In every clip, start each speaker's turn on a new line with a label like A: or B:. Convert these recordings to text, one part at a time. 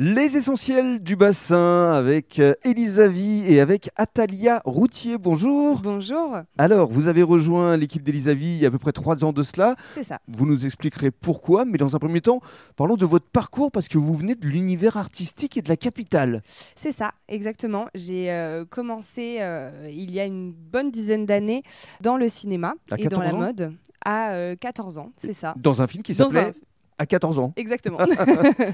A: Les essentiels du bassin avec euh, Elisa Vie et avec Atalia Routier. Bonjour.
B: Bonjour,
A: Alors, vous avez rejoint l'équipe d'Elisa Vie il y a à peu près trois ans de cela.
B: c'est ça.
A: Vous nous expliquerez pourquoi, mais dans un premier temps, parlons de votre parcours parce que vous venez de l'univers artistique et de la capitale.
B: C'est ça, exactement. J'ai euh, commencé euh, il y a une bonne dizaine d'années dans le cinéma
A: À
B: et dans
A: 14
B: la
A: ans
B: mode à euh, 14 ans, c'est ça.
A: Dans un film qui
B: Dans
A: s'appelait
B: un-
A: À 14 ans.
B: Exactement,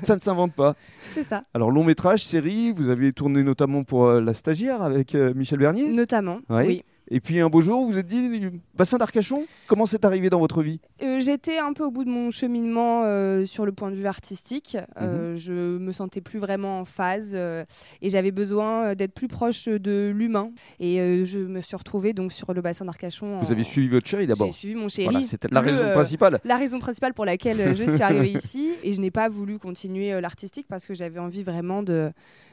A: Ça ne s'invente pas.
B: c'est ça.
A: Alors, long métrage, série, vous avez tourné notamment pour euh, La Stagiaire avec euh, Michel Bernier.
B: Notamment,
A: Ouais.
B: oui.
A: Et puis un beau jour, vous vous êtes dit, bassin d'Arcachon, comment c'est arrivé dans votre vie
B: Euh, J'étais un peu au bout de mon cheminement euh, sur le point de vue artistique. Euh,
A: Mhm.
B: je me sentais plus vraiment en phase euh, et j'avais besoin euh, d'être plus proche de l'humain. Et euh, je me suis retrouvée donc sur le bassin d'Arcachon. en-
A: Vous avez suivi votre chéri
B: J'ai
A: d'abord.
B: suivi mon chéri.
A: Voilà, c'était la
B: Le,
A: raison
B: euh,
A: principale.
B: La raison principale pour laquelle euh, je suis arrivée ici et je n'ai pas voulu continuer euh, l'artistique parce que j'avais envie vraiment de,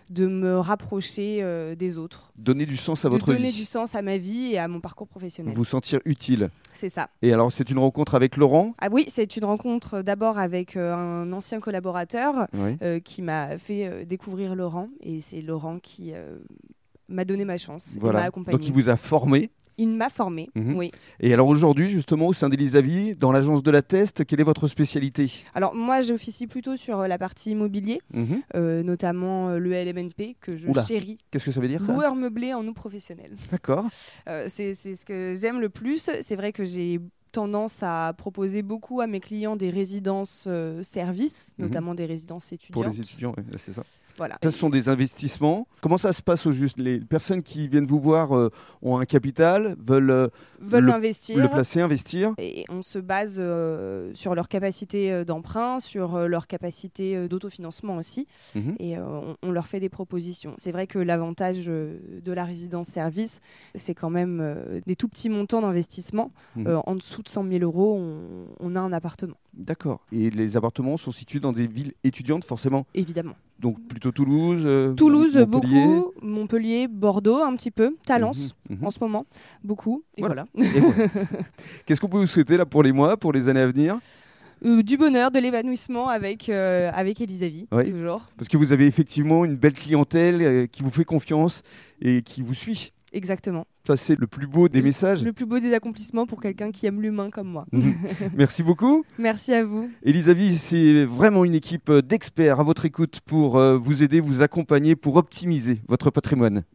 B: de me rapprocher euh, des autres,
A: Donner du sens à
B: de
A: votre
B: donner
A: vie.
B: du sens à ma vie et à mon parcours professionnel.
A: Vous sentir utile.
B: C'est ça.
A: Et alors, c'est une rencontre avec Laurent.
B: Ah oui, c'est une rencontre euh, d'abord avec euh, un ancien collaborateur
A: Oui.
B: euh, qui m'a fait euh, découvrir Laurent et c'est Laurent qui euh, m'a donné ma chance, il m'a
A: Voilà.
B: accompagnée.
A: Donc, il vous a formé.
B: Il m'a formée,
A: Mhm.
B: oui.
A: Et alors, aujourd'hui, justement, au sein d'Elisavi, dans l'agence de la Teste, quelle est votre spécialité
B: Alors moi, j'officie plutôt sur euh, la partie immobilier,
A: Mhm.
B: euh, notamment euh, le LMNP que je
A: Oula.
B: chéris
A: Qu'est-ce que ça veut dire, ça
B: Loueur meublé en nous professionnels.
A: D'accord.
B: Euh, c'est c'est ce que j'aime le plus. C'est vrai que j'ai tendance à proposer beaucoup à mes clients des résidences euh, services,
A: Mhm.
B: notamment des résidences étudiantes.
A: Pour les étudiants, oui, c'est ça.
B: Voilà.
A: Ça, ce sont des investissements. Comment ça se passe au juste Les personnes qui viennent vous voir euh, ont un capital, veulent euh,
B: Veulent
A: le-
B: investir.
A: le placer, investir.
B: et on se base euh, sur leur capacité euh, d'emprunt, sur euh, leur capacité euh, d'autofinancement aussi,
A: Mhm.
B: et euh, on, on leur fait des propositions. C'est vrai que l'avantage euh, de la résidence-service, c'est quand même euh, des tout petits montants d'investissement.
A: Mhm.
B: Euh, en dessous de 100 000 euros, on- on a un appartement,
A: D'accord. Et les appartements sont situés dans des villes étudiantes, forcément.
B: évidemment.
A: Donc plutôt Toulouse. euh,
B: Toulouse,
A: Mont- Montpellier.
B: beaucoup. Montpellier, Bordeaux, un petit peu. Talence,
A: Mhm, mhm.
B: en ce moment, beaucoup. Et
A: Voilà.
B: voilà.
A: Et voilà. Qu'est-ce qu'on peut vous souhaiter là pour les mois, pour les années à venir
B: Euh, du bonheur, de l'épanouissement avec, euh, avec Elisavie,
A: Oui.
B: toujours.
A: Parce que vous avez effectivement une belle clientèle euh, qui vous fait confiance et qui vous suit.
B: Exactement.
A: Ça, c'est le plus beau des
B: Le-
A: messages. Mhm.
B: Le plus beau des accomplissements pour quelqu'un qui aime l'humain comme moi.
A: Merci beaucoup.
B: Merci à vous.
A: Elisabeth, c'est vraiment une équipe euh, d'experts à votre écoute pour euh, vous aider, vous accompagner, pour optimiser votre patrimoine.